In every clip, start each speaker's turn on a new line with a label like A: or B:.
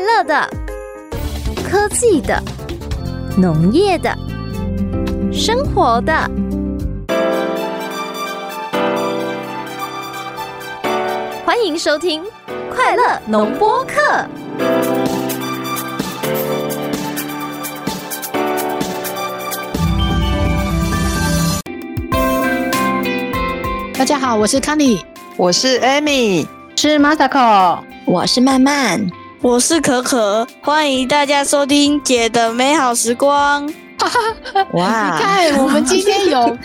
A: 乐的、科技的、农业的、生活的。欢迎收听《快乐农播课》。
B: 大家好，我是康妮。
C: 我是 Amy，
D: 是 Masako，
E: 我是曼曼，
F: 我是可可，欢迎大家收听姐的美好时光。
B: 你看，我们今天有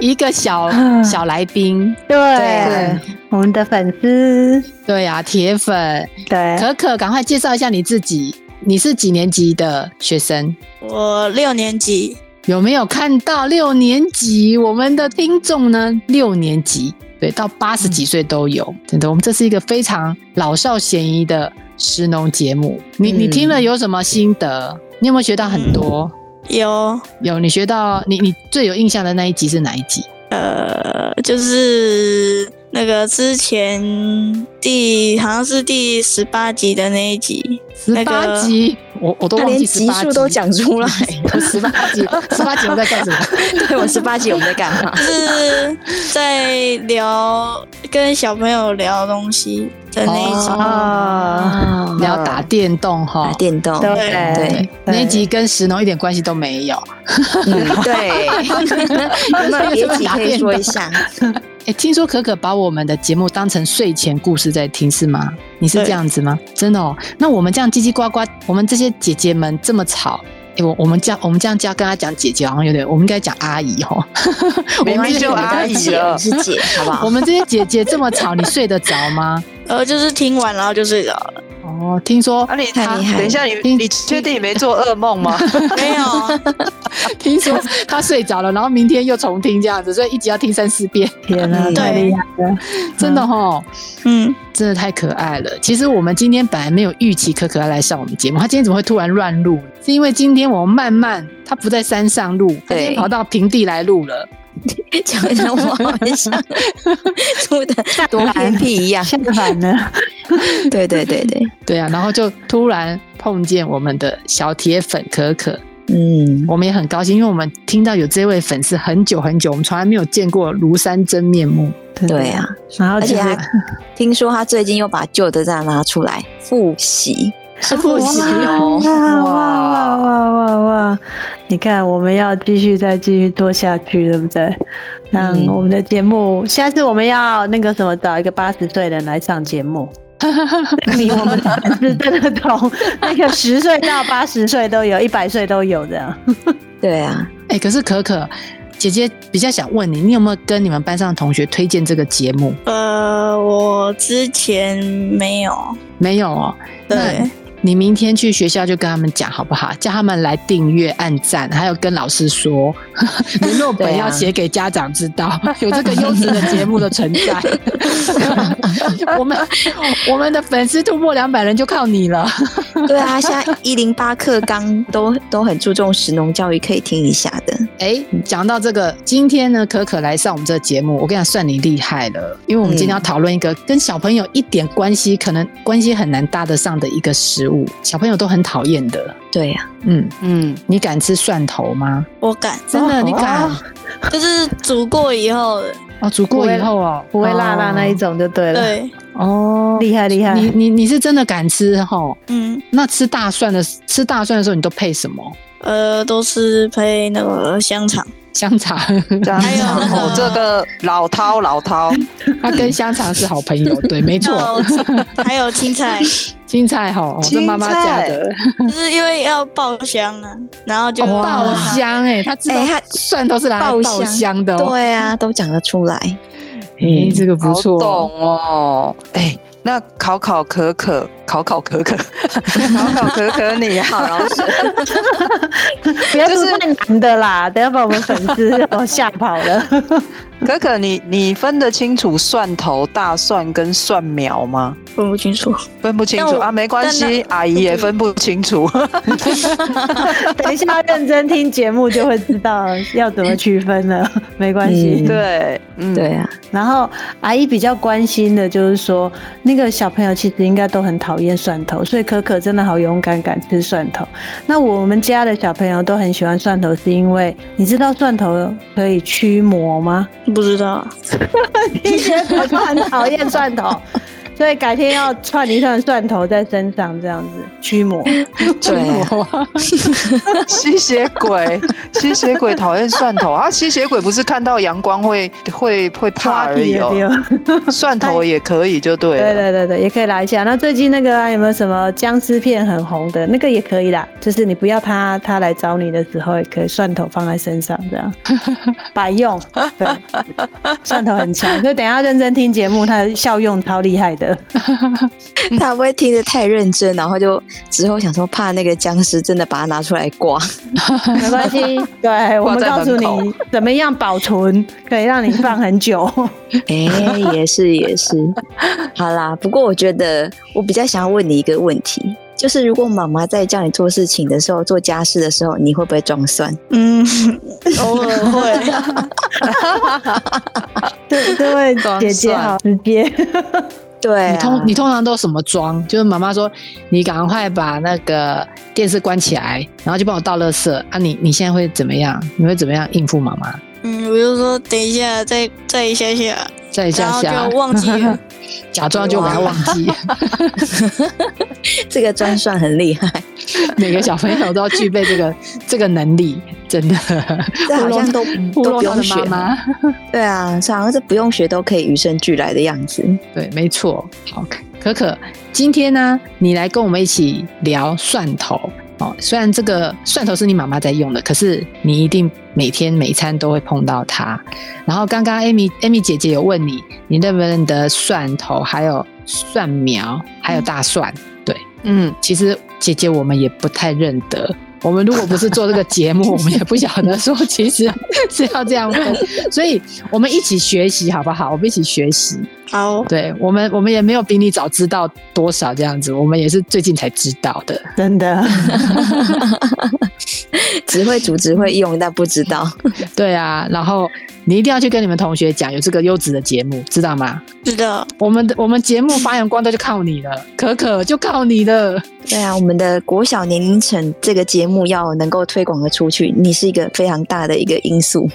B: 一个小小来宾，
D: 对，我们的粉丝，
B: 对呀、铁粉
C: 哎
D: 对，
B: 可可，赶快介绍一下你自己。你是几年级的学生？
F: 我六年级，
B: 有没有看到六年级？我们的听众呢？六年级，对，到八十几岁都有，真的。我们这是一个非常老少咸宜的食农节目。你你
C: 嗯
B: 听了有什么心得？你有没有学到很多？
F: 有
B: 有，你学到你你最有印象的那一集是哪一集？
F: 呃，就是那个之前第好像是第十八集的那一集，
B: 十
F: 那
B: 八
F: 个
B: 集，我我都忘记
E: 连
B: 十
E: 集
B: 八
E: 数都讲出来。
B: 十八集，十八集我们在干什么？
E: 对，我十八集我们在干嘛
F: 就？是在聊跟小朋友聊东西的那一集。
C: 哦
D: 哦，
E: 啊
B: 聊打电动哈
E: 打，电动，
D: 对
E: 对
B: 那一集跟石农一点关系都没有。
E: 嗯对，有没有别集可以说一下？
B: 哎，听说可可把我们的节目当成睡前故事在听是吗？你是
F: 对
B: 这样子吗？真的哦，那我们这样叽叽呱呱，我们这些姐姐们这么吵。诶我我们这样，我们这样叫跟她讲姐姐，好像有点，我们应该讲阿姨哈。 我
C: 明
B: 们
C: 明
B: 这些
C: 就
E: 我们
C: 阿
E: 叫
C: 姨
E: 姐，我
C: 了
E: 们，是姐，好不
B: 我
E: 好？
B: 们这些姐姐这么吵，你睡得着吗？
F: 然后呃就是听完然后就睡着了，
B: 哦，听说
C: 啊你
E: 太厉害了
C: 等一下你
B: 听
C: 你确定你没做噩梦 吗？
F: 没有，
B: 听说他睡着了，然后明天又重听这样子，所以一集要听三四遍，
D: 天啊，
F: 嗯
D: 太
F: 对
D: 厉害了，
B: 真的吼，
F: 嗯，
B: 真的太可爱了。其实我们今天本来没有预期可可爱来上我们节目，他今天怎么会突然乱录？是因为今天我们慢慢他不在山上录，他今天
E: 对
B: 跑到平地来录了。
E: 讲一下我们像住的多偏僻一样。
D: 相反呢，
E: 对对对对，
B: 对啊，然后就突然碰见我们的小铁粉可可，
E: 嗯，
B: 我们也很高兴，因为我们听到有这位粉丝很久很久，我们从来没有见过庐山真面 目。
D: 真的
E: 对啊，，
D: 然后
E: 而
D: 就
E: 且
D: 是
E: 他听说他最近又把旧的再拿出来复习，是复习哦。
D: 哇哇哇哇哇！你看，我们要继续再继续做下去，对不对？让
E: 嗯
D: 我们的节目，下次我们要那个什么，找一个八十岁的人来上节 目。你我们是真的懂， 那个十岁到八十岁都有，一百岁都有的。
E: 对啊，
B: 哎、可是可可姐姐比较想问你，你有没有跟你们班上的同学推荐这个节目？
F: 呃，我之前没有，
B: 没有哦。
F: 对，
B: 你明天去学校就跟他们讲好不好？叫他们来订阅、按赞，还有跟老师说， 联络本
E: 对啊
B: 要写给家长知道，有这个优质的节目的存 在。 我们我们的粉丝突破两百人就靠你了。
E: 对啊，现在一零八课纲都都很注重食农教育，可以听一下的。
B: 哎，讲到这个，今天呢，可可来上我们这个节目，我跟你讲，算你厉害了，因为我们今天要讨论一个跟小朋友一点关系，可能关系很难搭得上的一个食物，小朋友都很讨厌的。
E: 对呀、
B: 嗯，
C: 嗯，
B: 你敢吃蒜头吗？
F: 我敢，
B: 真的，你敢？
F: 就是煮过以后的，
B: 哦，煮过以后哦，
D: 不会辣辣那一种就对了，
F: 对，
B: 哦。
D: 厉害厉害
B: 你！你你是真的敢吃吼？
F: 嗯，
B: 那吃大蒜的吃大蒜的时候，你都配什么？
F: 呃，都是配那个香肠，
B: 香肠，
F: 还有那
C: 哦
F: 个，
C: 这个老饕老饕，
B: 它跟香肠是好朋友，对，没
F: 哦
B: 错。
F: 还有还有青菜，
B: 青菜吼，这
C: 青菜
B: 妈妈家的
F: 就是因为要爆香啊，然后就
B: 哦爆，香哎，它知道
E: 哎它
B: 蒜头是拿来
E: 爆
B: 爆
E: 香
B: 香的哦。
E: 对啊，都讲得出来。
B: 哎，这个不
C: 好
B: 错
C: 懂
B: 哦。
C: 哦。哎，那考考可可，考考可可， 考考可可你好，老师，
D: 不要是太难的啦，等下把我们粉丝都吓跑了。
C: 可可，你你分得清楚蒜头、大蒜跟蒜苗吗？
F: 分不清楚。
C: 分不清楚
F: 但我
C: 啊，没关系，阿姨也分不清楚。
D: 等一下认真听节目就会知道要怎么区分了，没关系。
E: 嗯
C: 对，嗯，
E: 对啊，
D: 然后阿姨比较关心的就是说，那个小朋友其实应该都很讨厌蒜头，所以可可真的好勇敢，敢吃蒜头。那我们家的小朋友都很喜欢蒜头，是因为你知道蒜头可以驱魔吗？
F: 不知道，啊
D: 以前我都很讨厌蒜头，所以改天要串一串蒜头在身上，这样子驱魔。
E: 对啊，
C: 吸血鬼，吸血鬼讨厌蒜头，他吸血鬼不是看到阳光会会会怕而已哦，蒜头也可以就对
D: 对
C: 了。
D: 对对对，也可以来一下。那最近那个、啊、有没有什么僵尸片很红的？那个也可以啦，就是你不要他他来找你的时候，也可以蒜头放在身上这样，百用。对，蒜头很强，所以等一下认真听节目，它的效用超厉害的。
E: 他会不会听得太认真，然后就之后想说怕那个僵尸真的把它拿出来挂，
D: 没关系， 对我
C: 挂
D: 们
C: 在
D: 告诉
C: 门口
D: 你怎么样保存，可以让你放很久。
E: 哎、也是也是，好啦。不过我觉得我比较想要问你一个问题，就是如果妈妈在叫你做事情的时候，做家事的时候，你会不会装蒜？
F: 嗯，偶尔会，
D: 对，这位姐姐好直接。
E: 对、
B: 你
E: 啊，
B: 通你通常都什么装？就是妈妈说你赶快把那个电视关起来，然后就帮我倒垃圾啊你！你现在会怎么样？你会怎么样应付妈妈？
F: 嗯，我就说等一下，再再一下下，
B: 再
F: 然
B: 下
F: 后
B: 下
F: 就忘记了，
B: 假装就把它忘记。
E: 这个装蒜很厉害，
B: 每个小朋友都要具备这个这个能力，真的。
E: 这好像都
B: 糊
E: 都不
B: 弄他
E: 用
B: 的
E: 学
B: 妈，妈。
E: 对啊，这好像是不用学都可以与生俱来的样子。
B: 对，没错。好，可可，今天呢，你来跟我们一起聊蒜头哦。虽然这个蒜头是你妈妈在用的，可是你一定每天每餐都会碰到它。然后刚刚 Amy Amy 姐姐有问你，你认不认得蒜头，还有蒜苗，还有大蒜？
C: 嗯，
B: 其实姐姐我们也不太认得。我们如果不是做这个节目，我们也不晓得说其实是要这样分，所以我们一起学习好不好？我们一起学习，
F: 好，
B: 对我们我们也没有比你早知道多少这样子，我们也是最近才知道的。
D: 真的，
E: 只会煮只会用，但不知道。
B: 对啊，然后你一定要去跟你们同学讲有这个优质的节目，知道吗？
F: 知道，
B: 我们的我们节目发扬光大就靠你了，可可就靠你了。
E: 对啊，我们的国小年龄层这个节目要能够推广的出去，你是一个非常大的一个因素。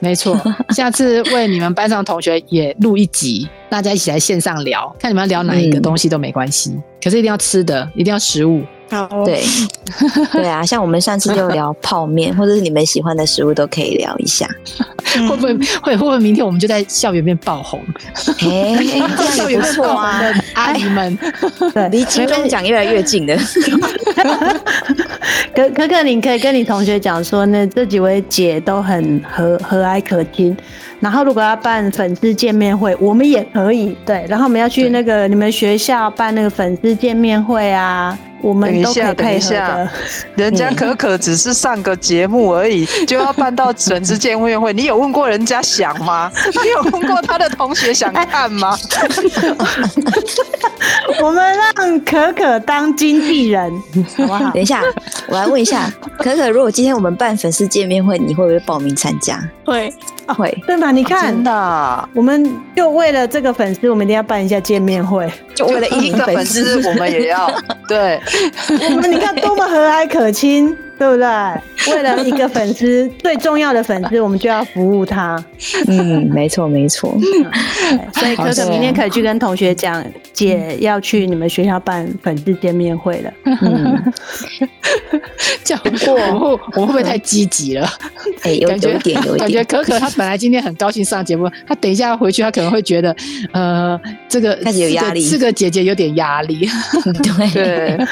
B: 没错，下次为你们班上同学也录一集，大家一起来线上聊，看你们要聊哪一个
E: 嗯
B: 东西都没关系，可是一定要吃的，一定要食物。
F: 好，
E: 对，对啊，像我们上次就聊泡面，或者是你们喜欢的食物都可以聊一 下。
F: 嗯
B: 会不会会会不会明天我们就在校园面爆红？
E: 哎、 这样也不错啊，
B: 阿姨们，
D: 对，
E: 离金钟奖越来越近 了。
D: 可可可，你可以跟你同学讲说呢，这几位姐都很和和蔼可亲。然后如果要办粉丝见面会，我们也可以对。然后我们要去那个你们学校办那个粉丝见面会啊，我们都可以
C: 等一
D: 配合
C: 下等一
D: 的
C: 下。人家可可只是上个节目而已，就要办到粉丝见面会，你有问过人家想吗？你有问过他的同学想看吗？
D: 我们让可可当经纪 人，好不好
E: 等？一下，我来问一下，可可，如果今天我们办粉丝见面会，你会不会报名参加？
F: 会，
E: 会，
D: 对吧？你
C: 哦真
D: 看，
C: 的啊。
D: 我们就为了这个粉丝，我们一定要办一下见面会。
E: 就为了一
C: 一
E: 名
C: 个
E: 粉
C: 粉丝，我们也要对，
D: 我们你看多么和蔼可亲，对不对？为了一个粉丝，最重要的粉丝，我们就要服务他。
E: 嗯，没错没错，
D: 对
E: 哎
D: 所以可可明天可以去跟同学讲，姐要去你们学校办粉丝见面会 了。
E: 嗯，
B: 这样我们会我们会不会太积极了？
E: 哎、有
B: 感觉
E: 有一点有一
B: 感觉
E: 点，
B: 可可她本来今天很高兴上节目，她等一下回去，她可能会觉得，呃，这个
E: 开始有
B: 这个
E: 压力
B: 这个姐姐有点压力。
E: 对，
C: 对，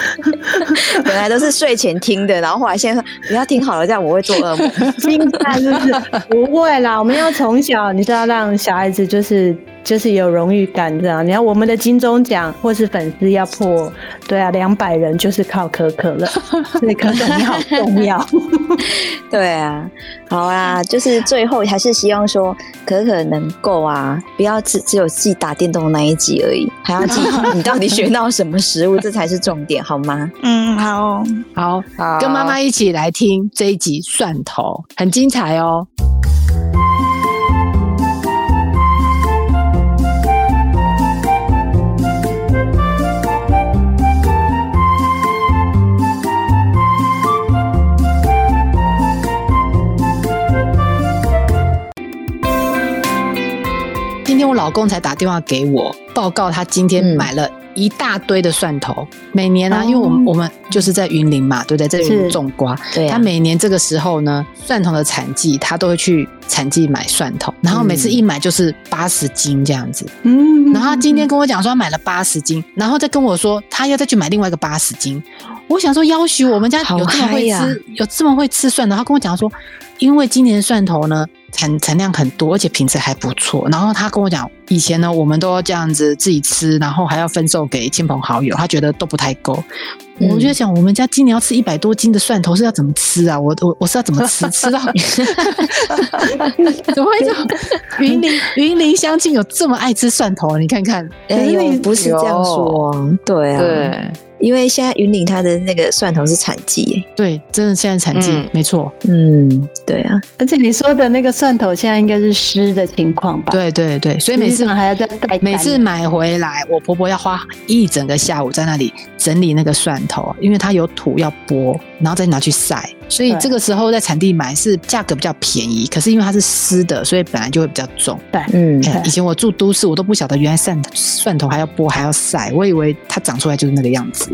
E: 本来都是睡前听的，然后后来现在说不要听好了，这样我会做噩梦。
D: 现在就是不会啦，我们要从小，你知道，让小孩子就是就是有荣誉感这样。你看我们的金钟奖或是粉丝要破，对啊，两百人就是靠可可 了，所以可可你好重要。
E: 对啊，好啊，就是最后还是希望说可可能够啊，不要只只有自己打电动的那一集而已，还要记你到底学到什么食物，这才是重点，好吗？
F: 嗯，好哦，
B: 好，
C: 好
B: 跟妈妈一起来听这一集蒜头，很精彩哦。今天我老公才打电话给我报告，他今天
E: 嗯
B: 买了一大堆的蒜头。每年呢、啊，因为我们我们就是在云林嘛，对不对？在云林
D: 是
B: 种瓜，
E: 对
B: 他
E: 啊，
B: 每年这个时候呢，蒜头的产季，他都会去产季买蒜头，然后每次一买就是八十斤这样子。
D: 嗯，
B: 然后他今天跟我讲说他买了八十斤，然后再跟我说他要再去买另外一个八十斤。我想说，要许我们家
E: 好
B: 有这么会吃，
E: 嗨呀
B: 有这么会吃蒜的。他跟我讲说，因为今年的蒜头呢产产量很多，而且品质还不错。然后他跟我讲，以前呢我们都这样子自己吃，然后还要分售给亲朋好友，他觉得都不太够。
E: 嗯
B: 我就在想，我们家今年要吃一百多斤的蒜头是要怎么吃啊？我我我是要怎么吃？ 吃到怎么会这种云林云林乡亲有这么爱吃蒜头？啊你看看，
E: 哎
D: 可
E: 呦
D: 以，
E: 不是这样说啊，对啊，，
C: 对，
E: 因为现在云岭它的那个蒜头是产季耶，
B: 对，真的现在产季、
C: 嗯
B: 没错，
E: 嗯，对啊，
D: 而且你说的那个蒜头现在应该是湿的情况吧？，
B: 对对对，所以每次
D: 还要再带
B: 每次 买回来，我婆婆要花一整个下午在那里整理那个蒜头，啊因为它有土要剥，然后再拿去晒。所以
D: 对
B: 这个时候在产地买是价格比较便宜，可是因为它是湿的，所以本来就会比较重。
E: 嗯，
B: 哎以前我住都市，我都不晓得原来蒜蒜头还要剥还要晒，我以为它长出来就是那个样子。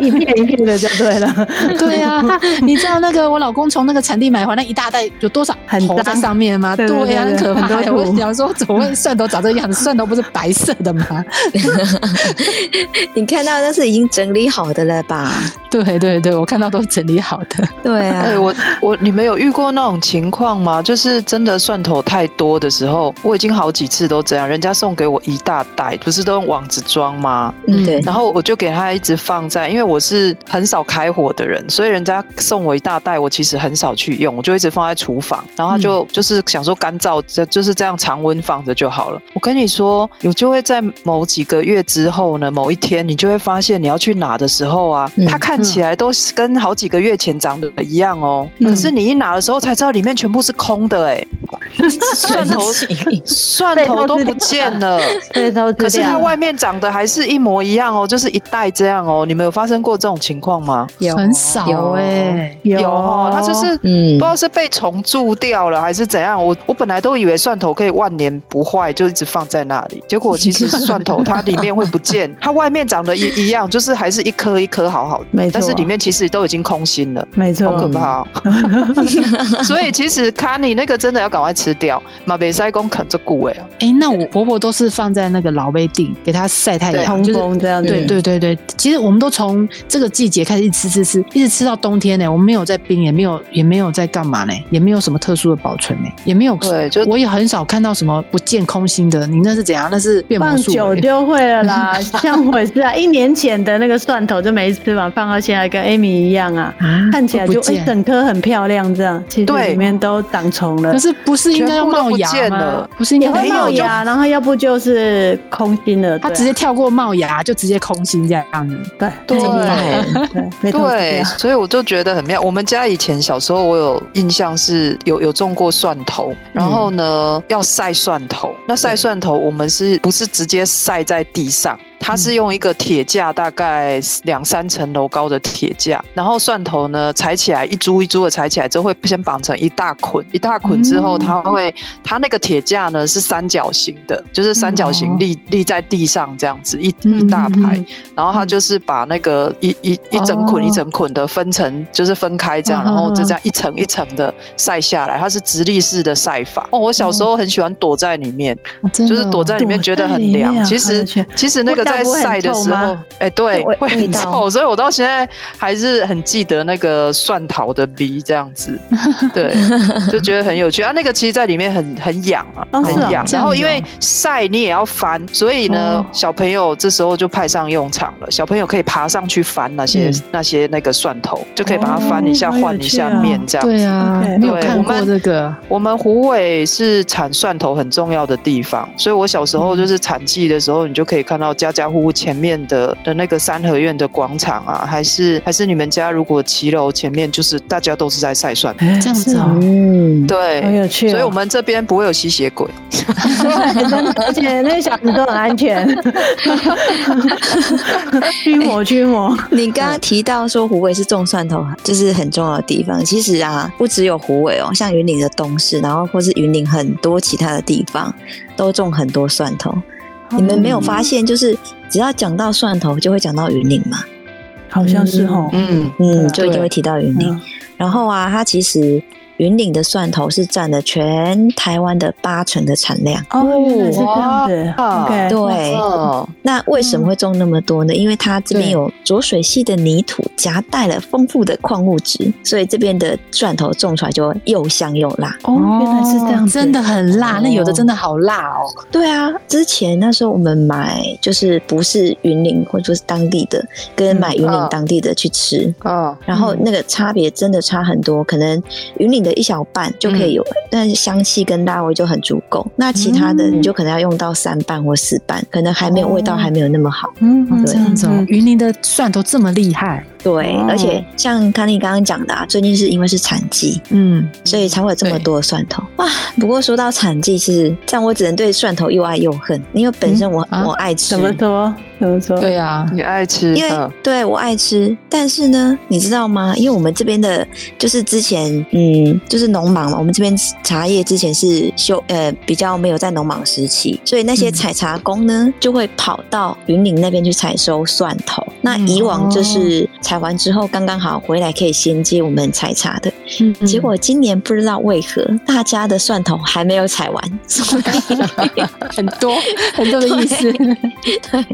D: 一片一片的就对了。
B: 对啊， 他你知道那个我老公从那个产地买回来一大袋，有多少
D: 很
B: 头在
D: 脏
B: 上面吗？
D: 对对
B: 啊，
D: 对
B: 很可
D: 对
B: 怕
D: 很
B: 呀！
D: 多
B: 我
D: 头
B: 想说，怎么会蒜头长这样子？蒜头不是白色的 吗？
E: 你看到那是已经整理好的了 吧？
B: 对对对，我看到都整理好 的。
E: 对啊，
C: 哎、我我你们有遇过那种情况吗？就是真的蒜头太多的时候，我已经好几次都这样，人家送给我一大袋，不是都用网子装吗？
E: 嗯，对，
C: 然后我就给他一直放在，因为我是很少开火的人，所以人家送我一大袋，我其实很少去用，我就一直放在厨房。然后他
E: 嗯
C: 就、就是想说干燥，这就是这样常温放着就好了。我跟你说，我就会在某几个月之后呢，某一天你就会发现你要去拿的时候啊，
E: 嗯
C: 它看起来都是跟好几个月前长得一样哦，
D: 嗯
C: 可是你一拿的时候才知道里面全部是空的 哎、蒜头蒜头都不见了。
D: 对，啊都
C: 可是它外面长得还是一模一样哦，就是一袋这样哦。你们有发生过这种情况吗？
E: 有
B: 很少
E: 有
B: 哎、
D: 有啊
C: 哦，它就是。
E: 嗯
C: 不知道是被虫蛀掉了还是怎样，我我本来都以为蒜头可以万年不坏，就一直放在那里。结果其 实蒜头它里面会不见，它外面长得一一样，就是还是一颗一颗好好的，
D: 没错嗯
C: 但是里面其实都已经空心了，
D: 没错，
C: 好可怕、哦。 所以其实卡尼那个真的要赶快吃掉，马北塞公啃这骨哎，
B: 哎、那我婆婆都是放在那个老杯定给它晒太阳，
D: 通
B: 啊就是。
D: 风这样子。
B: 对对对对，其实我们都从这个季节开始一直吃吃吃，一直吃到冬天呢、我们没有在冰，也没有也没有在干嘛呢、也没有什么特殊的保存呢、也没有。
C: 对，就
B: 我也很少看到什么不见空心的，你那是怎样？那是变魔
D: 放
B: 术、
D: 久
B: 欸。
D: 就会了啦，像我也是啊，一年前的那个蒜头就没吃完，放到现在跟 Amy 一样啊，
E: 嗯
B: 啊
D: 看起来
B: 都
D: 就
B: 不见
D: 一整颗很漂亮这样，其实
C: 对
D: 里面都长虫了
B: 可，是不是应该要冒
C: 全
B: 芽
C: 部都不见
B: 吗
C: 了？
B: 不是应
D: 也
B: 该
D: 会
C: 没有
D: 冒
C: 就
D: 芽，然后要不就是空心了，
B: 他
D: 对啊
B: 直接跳过冒芽，就直接空心这样子。
D: 对
C: 对
D: 太厉害了对，被啊偷吃
C: 对，
D: 掉
C: 所以我就觉得很妙。我们家以前小时候，我有印象是有有种过蒜头，然后呢、要晒蒜头。那晒蒜头，我们是不是直接晒在地上？它是用一个铁架，大概两三层楼高的铁架，然后蒜头呢裁起来一株一株的裁起来之后，会先绑成一大捆，一大捆之后，它会它那个铁架呢是三角形的，就是三角形立立在地上这样子一一大排，然后他就是把那个一一一整捆
B: 哦
C: 一整捆的分成，就是分开这样，
B: 嗯
C: 然后就这样一层一层的晒下来，它是直立式的晒法。哦，我小时候很喜欢躲在里面，
B: 哦
C: 就是躲在里面觉得很
D: 哦躲在里面
C: 凉。
D: 啊
C: 其实
D: 我去
C: 其实那个在晒的时
D: 味
C: 候
D: 道不会很臭吗，
C: 哎，对，
E: 味
C: 会很
E: 味道
C: 臭，所以我到现在还是 很记得那个蒜桃的鼻这样子，对，就觉得很有趣啊。那个其西在里面很很痒啊，
D: 哦是
C: 很
D: 哦
C: 痒。
B: 这样
C: 然后
B: 子
C: 因为
B: 哦
C: 晒你也要翻，所以呢
B: 哦，
C: 小朋友这时候就派上用场了。小朋友可以爬上去翻那些
B: 嗯
C: 那些那个蒜头，就可以把它翻一下，
D: 哦好有
C: 换一下
D: 趣哦
C: 面这样。
B: 对啊
D: OK
B: 没有
C: 对
B: 看
C: 我
B: 过
C: 们
B: 这个，
C: 我们虎尾是产蒜头很重要的地方，所以我小时候
E: 嗯
C: 就是产季的时候，你就可以看到家家户户前面的的那个三合院的广场啊，还是还是你们家如果骑楼前面，就是大家都是在晒蒜。
B: 这样子
D: 是
B: 哦，
E: 嗯，
D: 好
C: 对，
D: 有趣哦、
C: 所以我 们这边不会有吸血鬼。
D: 而且那些小孩都很安全，驱魔驱魔，
E: 你刚刚提到说虎尾是种蒜头，就是很重要的地方。其实啊，不只有虎尾哦，像云林的东市，然后或是云林很多其他的地方都种很多蒜头。
D: 嗯
E: 你们没有发现，就是只要讲到蒜头，就会讲到云林嘛？
D: 好像是哦，
C: 嗯，
E: 嗯
D: 对，
E: 就一定会提到云林。
D: 嗯
E: 然后啊，它其实云岭的蒜头是占了全台湾的八成的产量。
D: 哦，原来是这样子
C: 哇
D: ，OK，
E: 对，
C: 哦，
E: 那为什么会种那么多呢？因为它这边
B: 对
E: 有浊水系的泥土夹带了丰富的矿物质，所以这边的蒜头种出来就又香又辣。
D: 哦，原来是这样子，
B: 真的很辣，那有的真的好辣哦，
E: 对啊，之前那时候我们买就是不是云林或者说是当地的，跟
D: 嗯
E: 买云
C: 嗯
E: 林当地的去吃，
C: 嗯，
E: 然后那个差别真的差很多，可能云岭的一小半就可以有，但是香气跟辣味就很足够。那其他的
D: 嗯
E: 你就可能要用到三瓣或四瓣，可能还没有味道，还没有那么好。
D: 嗯，嗯，
B: 这样子哦
D: 嗯，
B: 云林的蒜头这么厉害，
E: 对，
C: 哦
E: 而且像康妮刚刚讲的，啊，最近是因为是产季，
B: 嗯，
E: 所以才会有这么多蒜头。哇，不过说到产季，其实像我只能对蒜头又爱又恨，因为本身我
B: 嗯啊
E: 我爱吃
D: 怎。么说怎么说？
B: 对啊，
C: 你爱吃，
E: 因为
C: 嗯
E: 对我爱吃，但是呢，你知道吗？因为我们这边的，就是之前，嗯，就是农忙嘛，我们这边茶叶之前是休，呃，比较没有在农忙时期，所以那些采茶工呢，就会跑到云林那边去采收蒜头。那以往就是采完之后，刚刚好回来可以衔接我们采茶的。
B: 嗯
E: 结果今年不知道为何，大家的蒜头还没有采完， 所以。
B: 很多 很多的意思，
E: 对，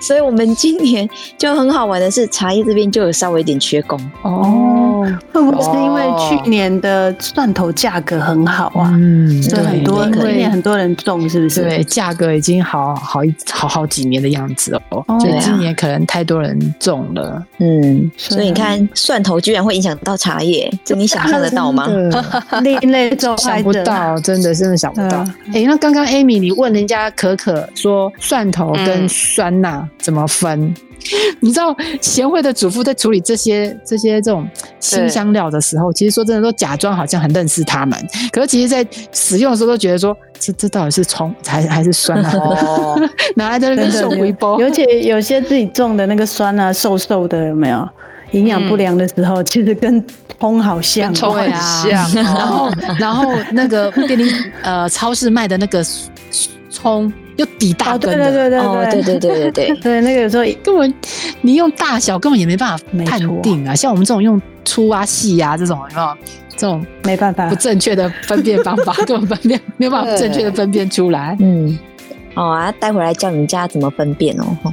E: 所以我们今年就很好玩的是，茶叶这边就有稍微一点缺工。
D: 哦，会不会是因为去年的蒜头价格很好啊？
B: 嗯，
D: 所以
B: 对
D: 很多
B: 因
E: 对
D: 今
B: 为
D: 年很多人种，是不是？
B: 对，价格已经好好一好好几年的样子了哦，
D: 哦
B: 所
E: 对
B: 以
E: 啊
B: 今年可能太多人中了，
E: 嗯，
D: 是
E: 所以你看，蒜头居然会影响到茶叶，这你想象得 到吗？
B: 真的
D: 另类受害
B: 想不
D: 者，
B: 到，真的真的想不
D: 对
B: 到
D: 啊。
B: 哎、那刚刚 Amy 你问人家可可说蒜头跟
C: 嗯
B: 酸钠怎么分？ 你知道贤惠的主妇在处理这些这些这种新香料的时候，其实说真的都假装好像很认识他们，可是其实在使用的时候都觉得说这这到底是葱还还是酸 啊？
C: 哦，
B: 拿来在那边
D: 真的
B: 手回包，
D: 尤其有些自己种的那个酸啊，瘦瘦的，有没有？营养不良的时候，其实跟葱好像
C: 跟
D: 哦，
C: 葱很像哦，
B: 然后然后那个便利呃超市卖的那个葱又底大
D: 哦，对
B: 根的。
D: 对对对
E: 哦，对对对对对，
D: 对，那个有时候
B: 根本你用大小根本也没办法
D: 没错
B: 判定啊，像我们这种用粗啊、细啊这种，有没有这种
D: 没办法
B: 不，正确的分辨方 法，根本分辨没有办法
C: 对
B: 正确的分辨出来。
E: 嗯，好、啊，待会儿来教你们家怎么分辨哦。吼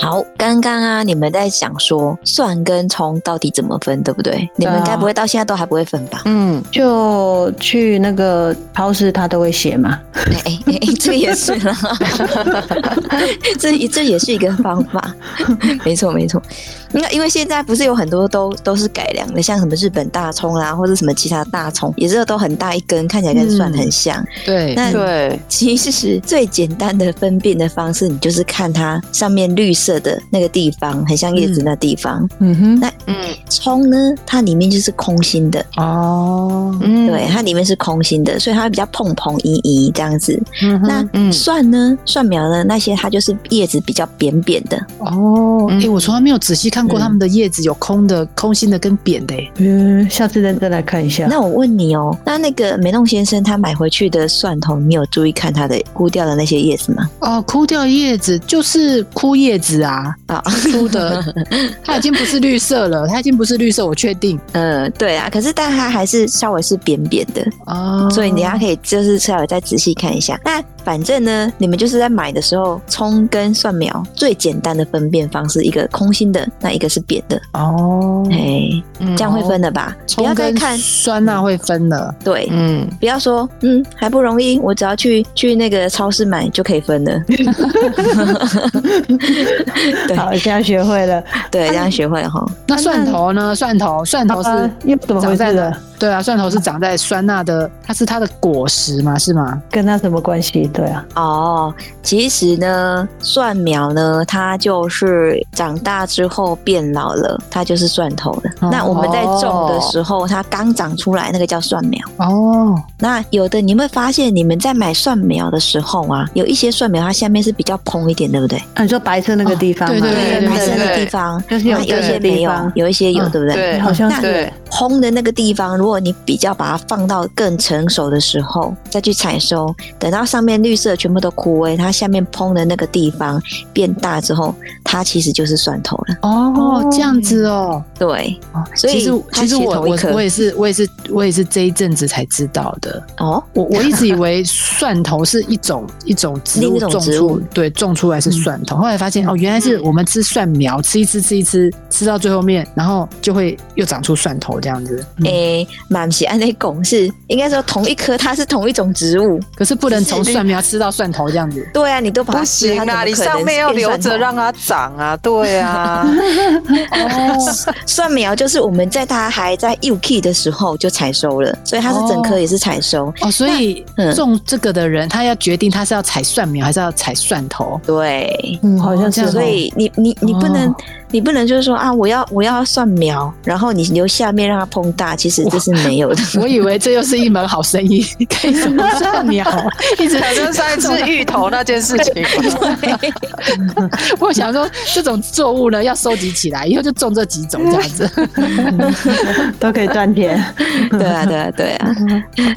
E: 好，刚刚啊，你们在想说蒜跟葱到底怎么分，对不对？你们
D: 对啊
E: 该不会到现在都还不会分吧？
C: 嗯，
D: 就去那个超市，他都会写嘛。
E: 哎哎哎，哎这也是啦，这这也是一个方法，没错没错。那因为现在不是有很多都都是改良的，像什么日本大葱啦，或者什么其他大葱，也是都很大一根，看起来跟蒜很像。
B: 嗯对
E: 那
C: 对，
E: 其实最简单的分辨的方式，你就是看它上面绿色的那个地方，很像叶子那地方。
B: 嗯哼，
E: 那
C: 嗯
E: 葱呢，它里面就是空心的，
B: 哦，
C: 嗯，
E: 对，它里面是空心的，所以它会比较蓬蓬移移这样子。
B: 嗯哼，
E: 那
C: 嗯
E: 蒜呢？蒜苗呢？那些它就是叶子比较扁扁的，
B: 哦，哎，
C: 嗯
B: 我从来没有仔细看过
E: 嗯
B: 它们的叶子有空的、空心的跟扁的，诶
D: 嗯，下次认真来看一下。
E: 那我问你哦，那那个梅弄先生他买回去的蒜头，你有注意看它的枯掉的那些叶子吗？
B: 哦，枯掉叶子就是枯叶子啊，
E: 啊，
B: 出 的，它已经不是绿色了，它已经不是绿色，我确定
E: 嗯，对啊，可是但它还是稍微是扁扁的，
B: 啊。
E: 所以你大家可以就是稍微再仔细看一下。那反正呢，你们就是在买的时候，葱跟蒜苗最简单的分辨方式，一个空心的，那一个是扁的，
B: 哦，
E: 哎，
C: 嗯
E: 这样会分的吧？不要
B: 葱
E: 再
B: 跟
E: 看，
B: 酸钠会分的，
E: 对，
C: 嗯，
E: 不要说嗯还不容易，我只要去去那个超市买就可以分了。对
D: 好，现在学会了。
E: 对，这样学会了哈。
B: 那蒜头呢？蒜头，蒜头是
E: 呃
D: 啊又怎么
B: 长
D: 回
B: 在
D: 事
B: 的
D: 了？，
B: 对啊，蒜头是长在酸钠的，它是它的果实嘛，是吗？
D: 跟他什么关系？对啊，
E: 哦，其实呢，蒜苗呢，它就是长大之后变老了，它就是蒜头了。
B: 哦
E: 那我们在种的时候，它刚长出来，那个叫蒜苗。
B: 哦，
E: 那有的你会发现，你们在买蒜苗的时候啊，有一些蒜苗它下面是比较蓬一点，对不对？
D: 啊你说白色那个地方
B: 哦
D: 嘛，
B: 对对
E: 白
B: 对
E: 色的
C: 对
E: 地方，
D: 就是有
E: 那有一些
D: 对的
E: 没
D: 地
E: 有
D: 方，
E: 有一些有，
B: 嗯
E: 对不对？
C: 对，
D: 好像
E: 那
D: 是
C: 对，
E: 烘的那个地方，如果你比较把它放到更成熟的时候再去采收，等到上面绿色全部都枯萎，它下面蓬的那个地方变大之后，它其实就是蒜头了。
B: 哦，这样子哦。
E: 对，
B: 哦
E: 所以
B: 其实
E: 它
B: 其实
E: 其实
B: 我
E: 同一
B: 我
E: 颗
B: 我也是我也是我也是这一阵子才知道的。
E: 哦，
B: 我我一直以为蒜头是一种一种植
E: 另
B: 物
E: 一种
B: 种
E: 植
B: 出
E: 物，嗯
B: 对，种出来是蒜头。后来发现哦，原来是我们吃蒜苗，吃一吃吃一吃，吃到最后面，然后就会又长出蒜头这样子。嗯
E: 诶、满喜安内拱是应该说同一颗，它是同一种植物。
B: 可是不能从
E: 是
B: 蒜苗吃到蒜头这样子。
E: 对啊，你都把它
C: 不
E: 吃
C: 行
E: 它怎
C: 啊，
E: 么
C: 你
E: 可
C: 上
E: 能
C: 面要
E: 变
C: 留
E: 蒜
C: 着
E: 头
C: 让它长啊，对 啊，
E: 蒜苗，就是我们在它还在 U K 的时候就采收了，所以它是整颗
B: 哦
E: 也是采收。
B: 哦，所以
E: 嗯
B: 种这个的人，他要决定他是要采蒜苗还是要采蒜头。
E: 对，
D: 嗯，好像是
B: 哦
D: 哦。
E: 所以你你你不能、
B: 哦
E: 你不能就是说啊，我要我要蒜苗，然后你留下面让它膨大，其实这是没有 的。
B: 我以为这又是一门好生意， 可以种蒜苗，一直
C: 反正上一次芋头那件事 情嘛，
B: 我想说，这种作物呢，要收集起来，以后就种这几种这样子。
D: 都可以赚钱。
E: 对啊，对啊，对 啊，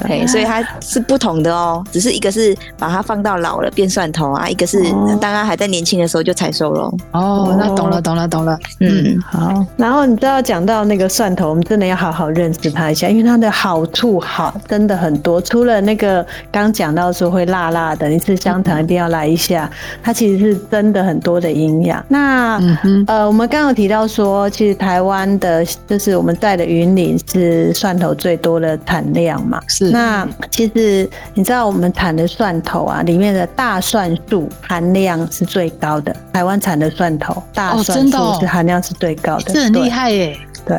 E: 嘿，所以它是不同的哦，只是一个是把它放到老了变蒜头啊，一个是
D: 哦
E: 当它还在年轻的时候就采收喽。
B: 哦，那懂了，懂了，懂了。
E: 嗯，
D: 好，然后你知道讲到那个蒜头，我们真的要好好认识它一下，因为它的好处好真的很多。除了那个刚讲到说会辣辣的，你吃香肠一定要来一下，它其实是真的很多的营养。那、
B: 嗯哼，
D: 呃，我们刚刚有提到说，其实台湾的，就是我们在的云林是蒜头最多的产量嘛。
B: 是
D: 那其实你知道，我们产的蒜头啊，里面的大蒜素含量是最高的。台湾产的蒜头，大
B: 哦
D: 蒜
B: 真的哦
D: 素是含量是最高的，
B: 哎这很
D: 对
B: 厉害耶。
D: 对，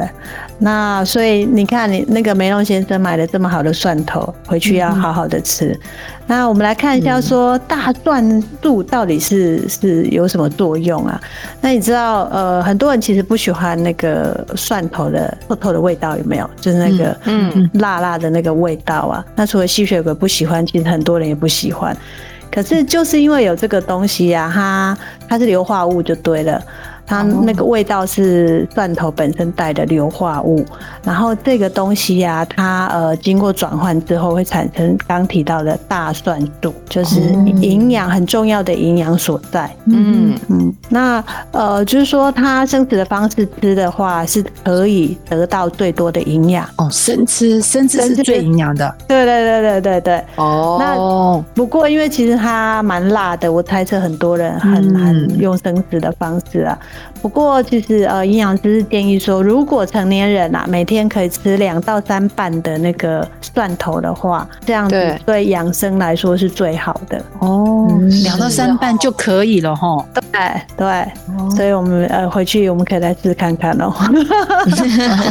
D: 那所以你看，你那个梅隆先生买了这么好的蒜头，回去要好好的吃。那我们来看一下，说大蒜素到底是是有什么作用啊？那你知道，呃，很多人其实不喜欢那个蒜头的臭臭的味道，有没有？就是那个
C: 嗯
D: 辣辣的那个味道啊。那除了吸血鬼不喜欢，其实很多人也不喜欢。可是就是因为有这个东西啊，它它是硫化物就对了，它那个味道是蒜头本身带的硫化物，然后这个东西呀、啊，它呃经过转换之后会产生刚提到的大蒜素，就是营养很重要的营养所在。
C: 嗯
D: 嗯，那呃就是说它生吃的方式吃的话，是可以得到最多的营养。
B: 哦，生吃，生吃是
D: 生吃
B: 最营养的。
D: 对对对对对对。
B: 哦，
D: 不过，因为其实它蛮辣的，我猜测很多人很
B: 嗯
D: 难用生食的方式啊。不过，其实呃，营养师是建议说，如果成年人啊每天可以吃两到三瓣的那个蒜头的话，这样子
C: 对
D: 对养生来说是最好的。
B: 哦
E: 嗯，
B: 两到三瓣就可以了哈。
D: 对对，所以我们呃回去我们可以来试试看看哦。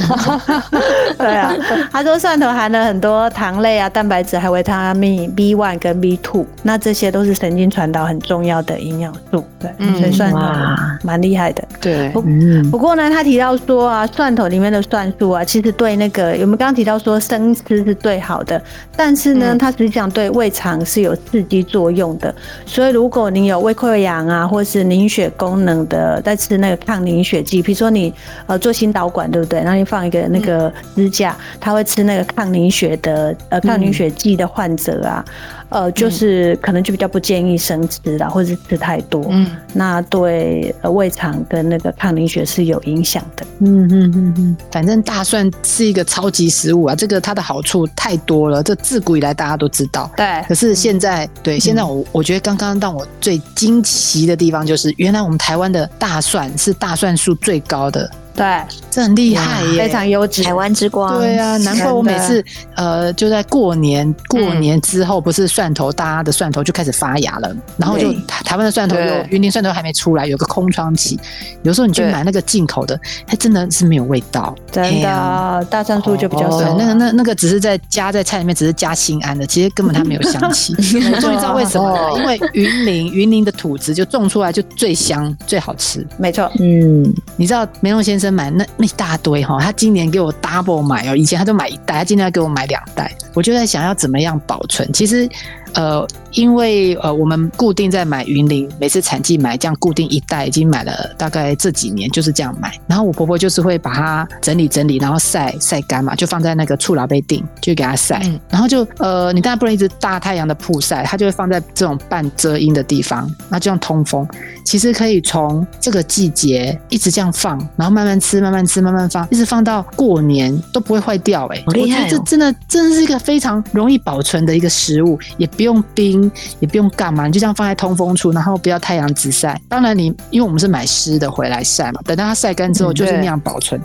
D: 对啊，他说蒜头含了很多糖类啊、蛋白质，还有维他命 B one 跟 B two，那这些都是神经传导很重要的营养素。对，
C: 嗯
D: 所以蒜头
E: 哇
D: 蛮厉害的。
C: 对，
B: 嗯，
D: 不过呢，他提到说啊，蒜头里面的蒜素啊，其实对那个我们刚刚提到说生吃是最好的，但是呢，
C: 嗯
D: 它实际上对胃肠是有刺激作用的。所以如果你有胃溃疡啊，或是凝血功能的，在吃那个抗凝血剂，比如说你呃做心导管，对不对？然后你放一个那
C: 嗯
D: 个支架，他会吃那个抗凝血的呃抗凝血剂的患者啊，呃，就是可能就比较不建议生吃啦，或者是吃太多，
C: 嗯，
D: 那对呃胃肠跟那个抗凝血是有影响的。
B: 嗯嗯嗯嗯，反正大蒜是一个超级食物啊，这个它的好处太多了，这自古以来大家都知道。
D: 对
B: 可
C: 嗯
B: 是现在，对现在我我觉得刚刚让我最惊奇的地方就是，原来我们台湾的大蒜是大蒜数最高的，
D: 对，
B: 这很厉害耶！
D: 非常优质。
E: 台湾之光，
B: 对啊，难怪我每次呃就在过年过年之后，不是蒜头大家的蒜头就开始发芽了，然后就
E: 对
B: 台台湾的蒜头
C: 对
B: 有云林蒜头还没出来，有个空窗期，有时候你去
C: 对
B: 买那个进口的，它真的是没有味道。
D: 真
B: 哎
D: 的
B: 呀哦
D: 大蒜素就比较
B: 对
D: 少，，
B: 那个那那个只是在加在菜里面，只是加心安的，其实根本它没有香 气。我终于知道为什么
D: 哦
B: 了，因为云林云林的土质就种出来就最香最好吃。
D: 没错，
E: 嗯，
B: 你知道梅隆先生买那那一大堆哈，他今年给我 double 买哦，以前他就买一袋，他今年要给我买两袋，我就在想要怎么样保存。其实，呃，因为呃我们固定在买云林，每次产季买这样固定一袋，已经买了大概这几年就是这样买。然后我婆婆就是会把它整理整理，然后晒晒干嘛，就放在那个醋老杯定，就给它晒。
C: 嗯
B: 然后就呃，你当然不能一直大太阳的曝晒，它就会放在这种半遮阴的地方，那就让通风。其实可以从这个季节一直这样放，然后慢慢吃，慢慢吃，慢慢放，一直放到过年都不会坏掉、欸。哎、
E: 好
B: 我
E: 厉
B: 觉
E: 害哦
B: 得这真的真的是一个非常容易保存的一个食物，也不用冰，也不用干嘛，你就这样放在通风处，然后不要太阳直晒。当然你，因为我们是买湿的回来晒嘛，等到它晒干之后
C: 嗯
B: 就是
C: 对
B: 那样保存。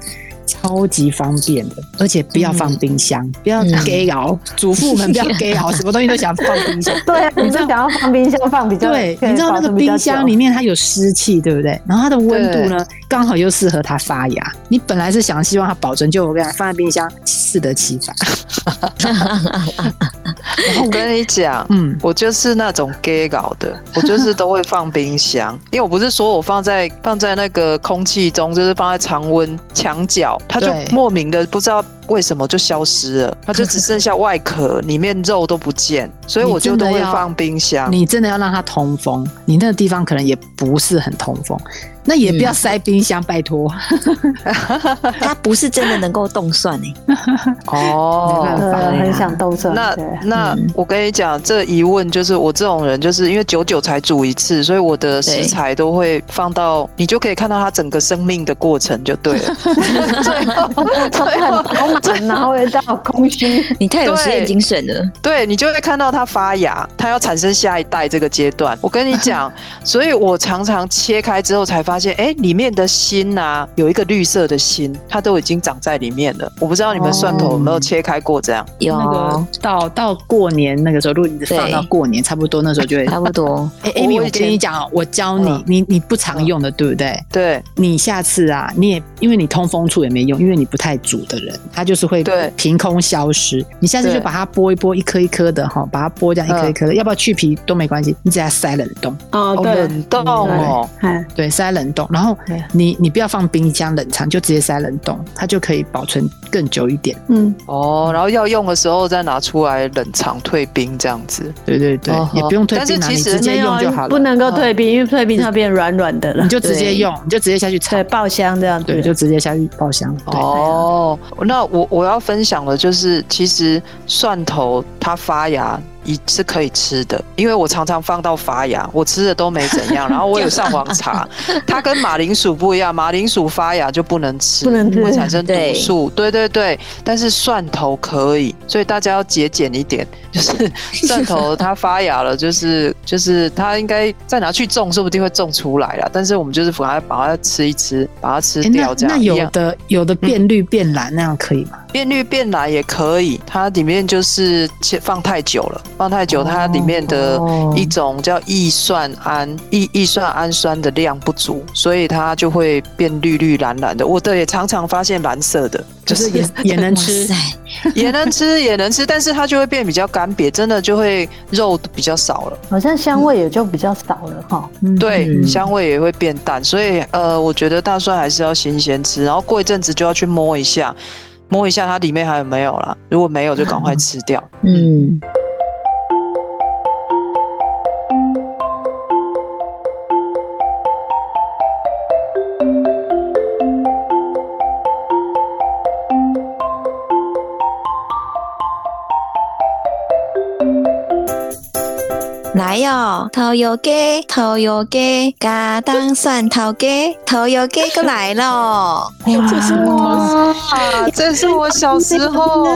B: 超级方便的，而且不要放冰箱，不要
E: 嗯
B: gay 熬，主妇们不要 gay 熬，什么东西都想放冰箱。
D: 对啊，你
B: 知
D: 是
B: 道
D: 想要放冰箱放比较，
B: 对，
D: 可以
B: 你知道那
D: 保
B: 个
D: 存比较
B: 冰箱
D: 久
B: 里面它有湿气，对不对？然后它的温度
C: 对
B: 呢，刚好又适合它发芽。你本来是想希望它保存，就我跟你讲，放在冰箱适得其 反。
C: 我跟你讲，
B: 嗯，
C: 我就是那种 gay 搞的，我就是都会放冰箱，因为我不是说我放在放在那个空气中，就是放在常温墙角，它就
B: 对
C: 莫名的不知道为什么就消失了，它就只剩下外壳，里面肉都不见，所以
B: 你
C: 我就
B: 真的
C: 都会
B: 要
C: 放冰箱。
B: 你真的要让它通风，你那个地方可能也不是很通风，那也不要塞冰箱，拜托。
C: 嗯
E: 它不是真的能够动欸算诶，
C: 哦
B: 没办法
D: 呃，
B: 对啊
D: 很想动手。
C: 那
D: 对
C: 那
E: 嗯
C: 我跟你讲，这疑问就是我这种人，就是因为久久才煮一次，所以我的食
E: 对
C: 材都会放到，你就可以看到它整个生命的过程就对了。最后，最后，
D: 然后会到 空虚，
E: 你太有实验精神了，
C: 对你就会看到它发芽，它要产生下一代这个阶段。我跟你讲，所以我常常切开之后才发现，哎，里面的心啊，有一个绿色的心，它都已经长在里面了。我不知道你们蒜头有没有切开过这样？
E: 有
B: 那
C: 哦
B: 个到到过年那个时候，如果你放
E: 对
B: 到过年，差不多那时候就会。
E: 差不多，
B: 哎
C: 我
B: ，Amy，
C: 哦我
B: 我
C: 以前
B: 跟你讲哦，我教你
C: 嗯，
B: 你你不常用的，对不对？
C: 对
B: 你下次啊，你也因为你通风处也没用，因为你不太煮的人，它就是会
C: 对
B: 凭空消失。你下次
C: 对
B: 就把它剥一剥，一颗一颗的哈，把它剥这样一颗一颗的，要不要去皮都没关系，你只要塞冷冻，
D: 哦
C: 哦，
D: 对，
C: 冷冻哦，
D: 哎，
B: 对，塞冷冻，然后
C: 对
B: 你你不要放冰箱冷藏，就直接塞冷冻，它就可以保存更久一点。
D: 嗯，
C: 哦，然后要用的时候再拿出来冷藏退冰这样子。
B: 对对对，
C: 哦
B: 也不用退
C: 但是
B: 冰啊，
C: 其
B: 你
C: 实
B: 直接
D: 没有
B: 用就好了，
D: 不
B: 哦
D: 能够退冰，因为退冰它变软软的了
B: 你，就直接
E: 对
B: 用，你就直接下去炒
D: 对，，爆香这样
B: 对，
D: 子
B: 就。直接下去爆香。对，
C: 哦，那我我要分享的就是，其实蒜头它发芽。也是可以吃的，因为我常常放到发芽，我吃的都没怎样。然后我有上网查，它跟马铃薯不一样，马铃薯发芽就不能吃，
D: 不能吃
C: 会产生毒
E: 对
C: 素。对对对，但是蒜头可以，所以大家要节俭一点。就是蒜头它发芽了，就是就是它应该再拿去种，说不定会种出来了。但是我们就是把它把它吃一吃，把它吃
B: 哎
C: 掉
B: 那
C: 这样。
B: 那
C: 一
B: 有
C: 样
B: 的有的变绿变蓝那样可以吗？
C: 变绿变蓝也可以，它里面就是切放太久了，放太久，它里面的
B: 哦
C: 一种叫异蒜胺、异异蒜氨酸的量不足，所以它就会变绿绿蓝蓝的。我的也常常发现蓝色的，就
B: 就是是也也能吃
E: 哇。塞，
C: 也 能吃也能吃，但是它就会变比较干瘪，真的就会肉比较少了。
D: 好像香味也就比较少了哈。
C: 对，
B: 嗯
C: 香味也会变淡，所以呃，我觉得大蒜还是要新鲜吃，然后过一阵子就要去摸一下，摸一下它里面还有没有啦，如果没有就赶快吃掉。
E: 嗯，来哟、头油鸡，头油鸡，嘎当蒜头鸡，头油鸡过来咯。
C: 哇，啊这是我小时候，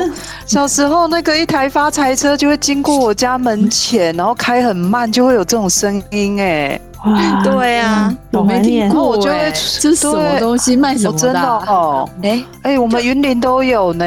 C: 小时候那个一台发财车就会经过我家门前，然后开很慢，就会有这种声音哎，
D: 哇，
F: 对啊，
D: 好
B: 我
D: 怀
B: 没听
D: 念
C: 然
B: 过，
C: 后我就会
B: 哎这是什么
C: 对
B: 东西？卖什
C: 我
B: 么
C: 真
B: 的
C: 的
B: 啊？
C: 哦，
E: 哎，
C: 哎，我们云林都有呢，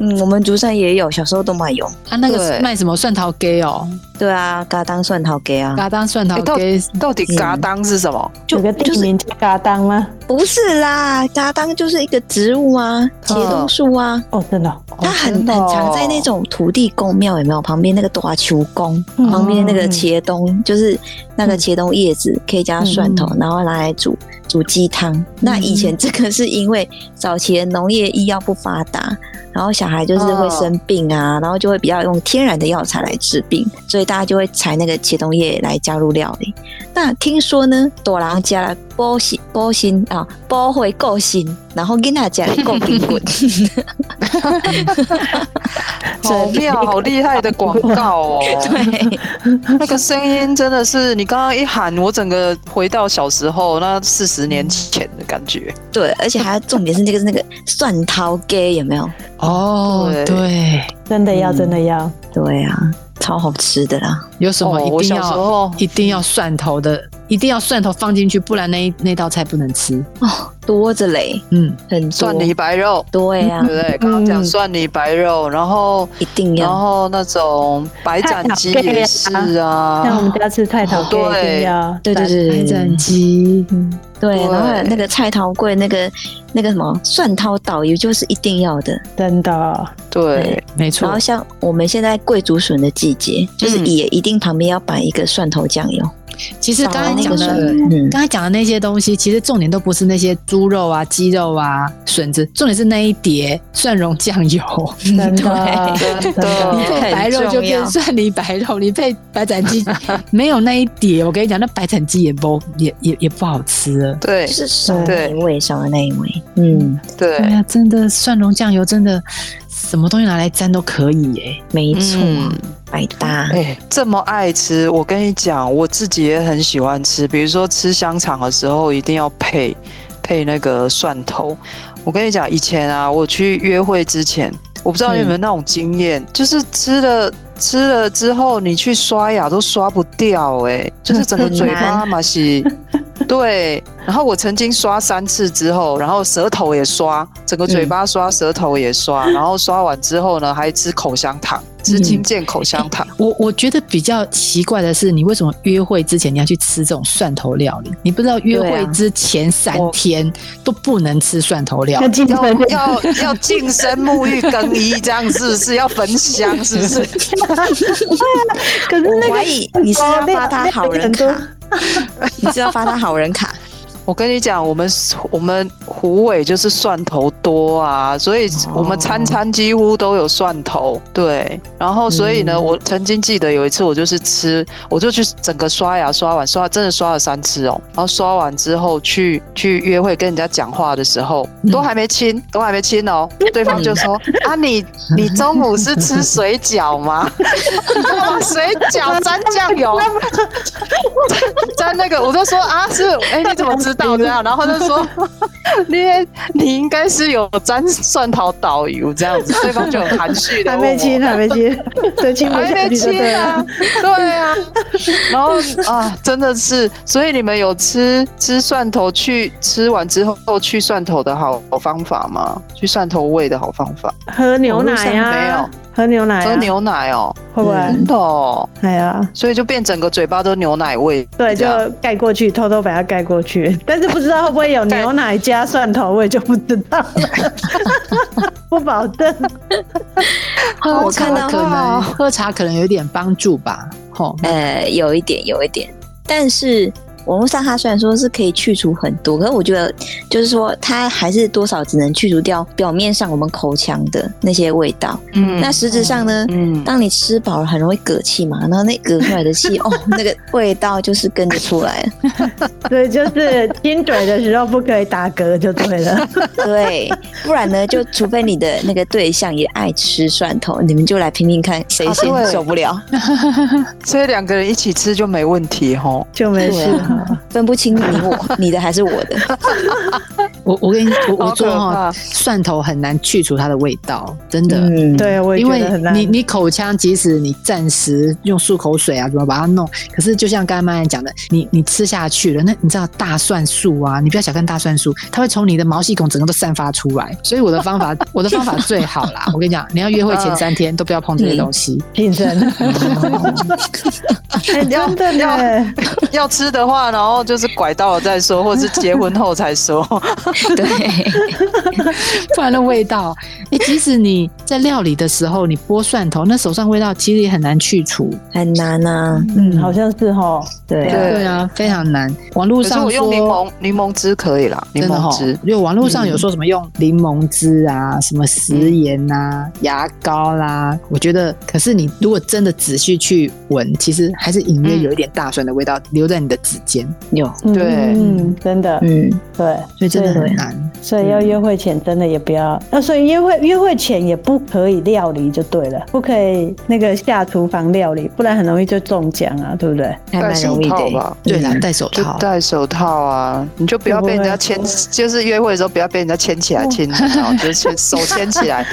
E: 嗯，我们竹山也有，小时候都蛮有。
B: 他那个是
C: 对
B: 卖什么蒜头给哦？
E: 对啊，嘎当蒜头鸡啊，
B: 嘎当蒜头
C: 哎到
B: 给
C: 到底嘎当是什么？
E: 就
D: 有个
E: 就
D: 地
E: 是
D: 名叫嘎当吗？
E: 不是啦，嘎当就是一个植物啊，茄冬树啊，
D: 哦，真的哦，
E: 它很
C: 真
E: 很
C: 的哦
E: 常在那种土地公庙有没有？旁边那个大球公，
D: 嗯
E: 哦旁边那个
D: 嗯
E: 茄冬，就是那个茄冬叶子，可以加蒜头，然后拿来煮煮鸡汤。那以前这个是因为早期的农业医药不发达，然后小孩就是会生病啊，然后就会比较用天然的药材来治病，所以大家就会采那个茄冬叶来加入料理。那听说呢，朵郎加了波心波心啊，波会够心，然后跟他加了够冰棍。
C: 好妙，哦好厉害的广告 哦！
E: 对，
C: 那个声音真的是，你刚刚一喊，我整个回到小时候那四十年前的感觉。
E: 对，而且还重点是那个是那个蒜头鸡有没有？
B: 哦，
C: 对
B: 对，
D: 真的要，真的要，
E: 对啊，超好吃的啦。
B: 有什么
C: 哦
B: 一
C: 我
B: 定
C: 小时
B: 要
C: 候
B: 一定要蒜头的，一定要蒜头放进去，不然那一那道菜不能吃。
E: 多着嘞，
B: 嗯，
E: 很多
C: 蒜泥白肉，
E: 对啊
C: 对，不对？刚刚讲蒜泥白肉，然后
E: 一定
C: 然
E: 要。
C: 后那种白斩鸡也是
D: 像我
C: 啊，
D: 们家吃菜头鸡
C: 哦对
D: 一定要，
E: 嗯对对对
B: 白
E: 对对
B: 斩鸡，
E: 对，
C: 对
E: 然后还有那个菜头粿，那个那个什么蒜头导游就是一定要的。
D: 真的，
C: 对，
B: 没
E: 然
B: 错
E: 后，像我们现在桂竹笋的季节，就是
C: 嗯
E: 也一定旁边要摆一个蒜头酱油，
B: 其实刚才
E: 那
B: 讲
E: 个蒜
B: 的，
E: 嗯，
B: 刚才讲的那些东西，其实重点都不是那些猪肉啊、鸡肉啊、笋子，重点是那一碟蒜蓉酱油。
D: 真 的，真
C: 真
D: 的，
C: 的。
E: 很
B: 白肉就
E: 重要
B: 变蒜泥白肉，你配白斩鸡没有那一碟，我跟你讲，那白斩鸡也不也也也不好吃了。
C: 对
E: 就是少了
C: 对
E: 那一味，少了那一味，嗯，
B: 对
C: 对，
B: 哎呀、真的蒜蓉酱油真的什么东西拿来沾都可以耶。
E: 没错，
C: 嗯
E: 百搭，
C: 哎、这么爱吃，我跟你讲，我自己也很喜欢吃。比如说吃香肠的时候，一定要配配那个蒜头。我跟你讲，以前啊，我去约会之前，我不知道你有没有那种经验，就是吃了吃了之后，你去刷牙都刷不掉、哎，就是整个嘴巴嘛是。对，然后我曾经刷三次之后，然后舌头也刷，整个嘴巴刷，舌头也刷，然后刷完之后呢，还吃口香糖，吃
E: 嗯
C: 金健口香糖。
B: 我我觉得比较奇怪的是，你为什么约会之前你要去吃这种蒜头料理？你不知道约
E: 对
B: 会
E: 啊
B: 之前三天都不能吃蒜头料理
D: 要进
C: 要
D: 门
C: 要 要净身沐浴更衣，这样是不是要焚香？是不是？
D: 可是那
E: 我
D: 个
E: 怀疑你是要发他好人
D: 那个
E: 卡，你是要发他好人卡，
C: 我跟你讲，我们我们虎尾就是蒜头多啊，所以我们餐餐几乎都有蒜头。对，然后所以呢，我曾经记得有一次，我就是吃，我就去整个刷牙刷完刷，真的刷了三次哦。然后刷完之后去去约会跟人家讲话的时候，
D: 嗯
C: 都还没亲，都还没亲 哦，对方就说啊你你中午是吃水饺吗？ 水饺沾酱油。 在那个，我就说啊，是哎、你怎么知道这样？然后他就说 你你应该是有沾蒜头导游这样子，对方就很含蓄的
D: 还没亲，还没亲，对，亲不
C: 哦还
D: 下
C: 没
D: 去就对
C: 切
D: 了
C: 啊。， 对啊，然后啊，真的是，所以你们有吃吃蒜头去吃完之后去蒜头的好方法吗？去蒜头味的好方法？
D: 喝牛奶
C: 网
D: 呀
C: 络上，
D: 喝牛奶啊，
C: 喝牛奶哦，
D: 会不会
C: 真？的哦，
D: 哎呀，
C: 所以就变整个嘴巴都牛奶味，
D: 对，
C: 这
D: 就
C: 样
D: 盖过去，偷偷把它盖过去，但是不知道会不会有牛奶加蒜头味，就不知 道了，不保证。啊
E: 哦我看到
B: 可能喝茶可能有点帮助吧。吼、
E: 呃，有一点，有一点，但是网络上它虽然说是可以去除很多，可是我觉得就是说它还是多少只能去除掉表面上我们口腔的那些味道。
C: 嗯
E: 那实质上呢，
C: 嗯，
E: 当你吃饱了很容易嗝气嘛，然后那嗝出来的气哦，那个味道就是跟着出来了。
D: 所以就是亲嘴的时候不可以打嗝就对 了。
E: 对，不然呢，就除非你的那个对象也爱吃蒜头，你们就来拼拼看谁
C: 啊
E: 先
C: 对
E: 受不了，
C: 所以两个人一起吃就没问题吼。
D: 就没事
E: 对啊 分不清你我，你的还是我的。
B: 我我跟你我
C: 好
B: 我
C: 可
B: 说哈
C: 怕，
B: 蒜头很难去除它的味道，真的。
E: 嗯，
D: 对，我
B: 啊
D: 也
B: 因
D: 觉
B: 为
D: 得很难。
B: 你你口腔即使你暂时用漱口水啊，怎么把它弄？可是就像刚才曼曼讲的，你你吃下去了，那你知道大蒜素啊，你不要小看大蒜素，它会从你的毛细孔整个都散发出来。所以我的方 法，我的方法最好啦。我跟你讲，你要约会前三天都不要碰这些东 西。
D: 挺 真，哎真的呢，
C: 要吃的话，然后就是拐到了再说，或者是结婚后才说。
E: 对，
B: 不然的味道，哎、即使你在料理的时候你剥蒜头，那手上味道其实也很难去除。
E: 很难啊。
D: 嗯，好像是哈，
E: 对啊，
C: 对
B: 对啊，非常难。网络
C: 可是
B: 上
C: 我用
B: 说
C: 柠檬柠檬汁可以啦，柠
B: 真的哦
C: 檬
B: 哈
C: 汁，。
B: 就网络上有说什么用柠檬汁啊、什么食盐啊、牙膏啦、我觉得，可是你如果真的仔细去闻，其实还是隐约
C: 嗯
B: 有一点大蒜的味道、留在你的指尖，有，
C: 对
D: 嗯，真的，
E: 嗯，
D: 对，
B: 所以真的
D: 对
B: 很难。
D: 所以要约会前真的也不要，呃，所以约会约会前也不可以料理就对了，不可以那个下厨房料理，不然很容易就中奖啊，对不对？
C: 戴
E: 还蛮
C: 手
E: 容易的
C: 套
E: 欸。
C: 吧。
B: 对嗯啦，戴手
C: 就
B: 套。
C: 戴手套啊，你就不要被人家牵，就是约会的时候不要被人家牵起来牵，然后就是牵手牵起 来，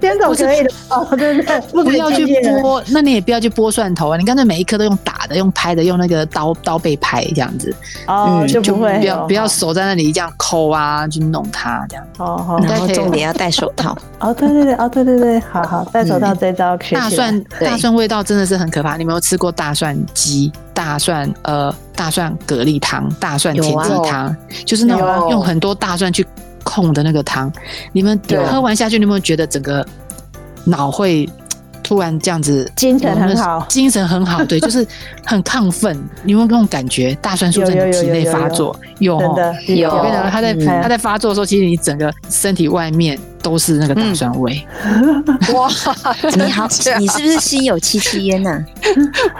D: 先走可以的哦，对不对？不
B: 不
D: 可以
B: 要去
D: 见面
B: 剥，那你也不要去剥蒜头啊！你干脆每一颗都用打的、用拍的、用那个刀刀背拍这样子，
D: 哦，
E: 嗯
D: 就不会
B: 不要
D: 哦
B: 不要手在那里这样抠啊，去弄它这样。
D: 哦好
E: 然后
B: 戴
E: 重点要戴啊手 套，
D: 哦，对对对，哦对对对，好好戴手套这一招学
B: 大
D: 起来。
B: 蒜
E: 对
B: 大蒜味道真的是很可怕。你有没有吃过大蒜鸡、大蒜呃大蒜蛤蜊汤、大蒜田
D: 啊
B: 鸡汤？就是那
C: 有
B: 种用很多大蒜去控的那个汤。你们
C: 对
B: 喝完下去，你有没有觉得整个脑会突然这样子？
D: 精神很好
B: 有没有精神很好，对，就是很亢奋。你有没有那种感觉？大蒜素在你的
D: 有有有
B: 体内
D: 有有
B: 发
D: 有
B: 作，有
D: 真
B: 哦
D: 的
E: 有
B: 我跟你讲，它在
E: 嗯
B: 它在发作的时候，其实你整个身体外面都是那个大蒜味。
C: 哇！
E: 你好
C: 这样，
E: 你是不是心有戚戚焉啊呐？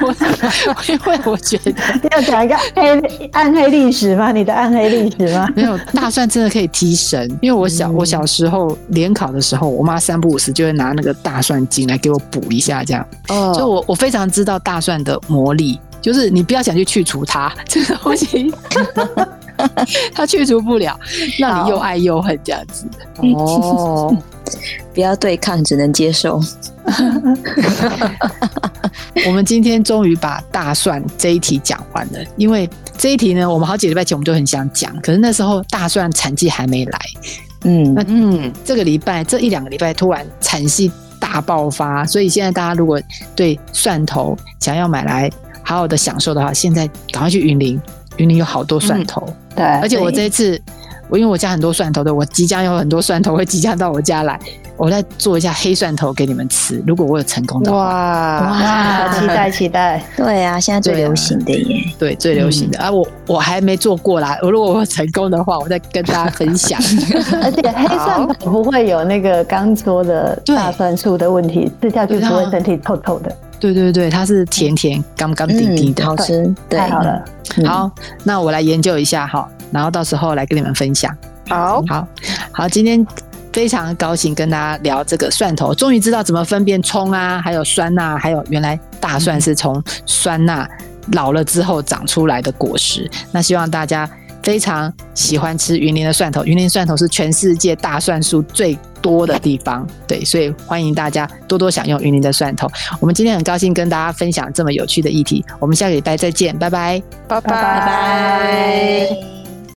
B: 我 因为我觉得
D: 哎要讲一个黑暗黑历史吗？你的暗黑历史吗？
B: 没有大蒜真的可以提神，因为我小我小时候联考的时候，我妈三不五时就会拿那个大蒜精来给我补一下，这样，
C: 哦
B: 所以我我非常知道大蒜的魔力，就是你不要想去去除它，这个东西它去除不了，让你又爱又恨这样子。
C: 哦，
E: 不要对抗，只能接受。
B: 我们今天终于把大蒜这一题讲完了，因为这一题呢，我们好几个礼拜前我们就很想讲，可是那时候大蒜产季还没来，
E: 嗯，
C: 嗯，
B: 这个礼拜这一两个礼拜突然产系大爆发，所以现在大家如果对蒜头想要买来好好的享受的话，现在赶快去云林，云林有好多蒜头，
C: 嗯
D: 对，
B: 而且我
E: 对
B: 这一次我因为我家很多蒜头的，我即将有很多蒜头会即将到我家来，我再做一下黑蒜头给你们吃，如果我有成功的话，
C: 哇，
D: 哇，期待期待，
E: 对啊，现在最
B: 对啊
E: 流行的耶。
B: 对最流行的、
C: 嗯
B: 啊，我我还没做过啦，我如果我成功的话，我再跟大家分享。
D: 而且黑蒜头不会有那个刚说的
B: 对
D: 大蒜素的问题，吃下去
B: 对啊
D: 不会身体臭臭的，
B: 对对对，它是甜甜刚刚滴滴
E: 嗯，
B: 的，
E: 好吃，对，
D: 太好了。
E: 嗯
B: 好，那我来研究一下哈，然后到时候来跟你们分享。
C: 好，
B: 好，好，今天非常高兴跟大家聊这个蒜头，终于知道怎么分辨葱啊，还有酸钠、还有原来大蒜是从酸钠老了之后长出来的果实。那希望大家非常喜欢吃云林的蒜头，云林蒜头是全世界大蒜树最。多的地方，对，所以欢迎大家多多享用云林的蒜头。我们今天很高兴跟大家分享这么有趣的议题，我们下个礼拜再见，拜拜。
C: 拜拜。
D: 拜
E: 拜。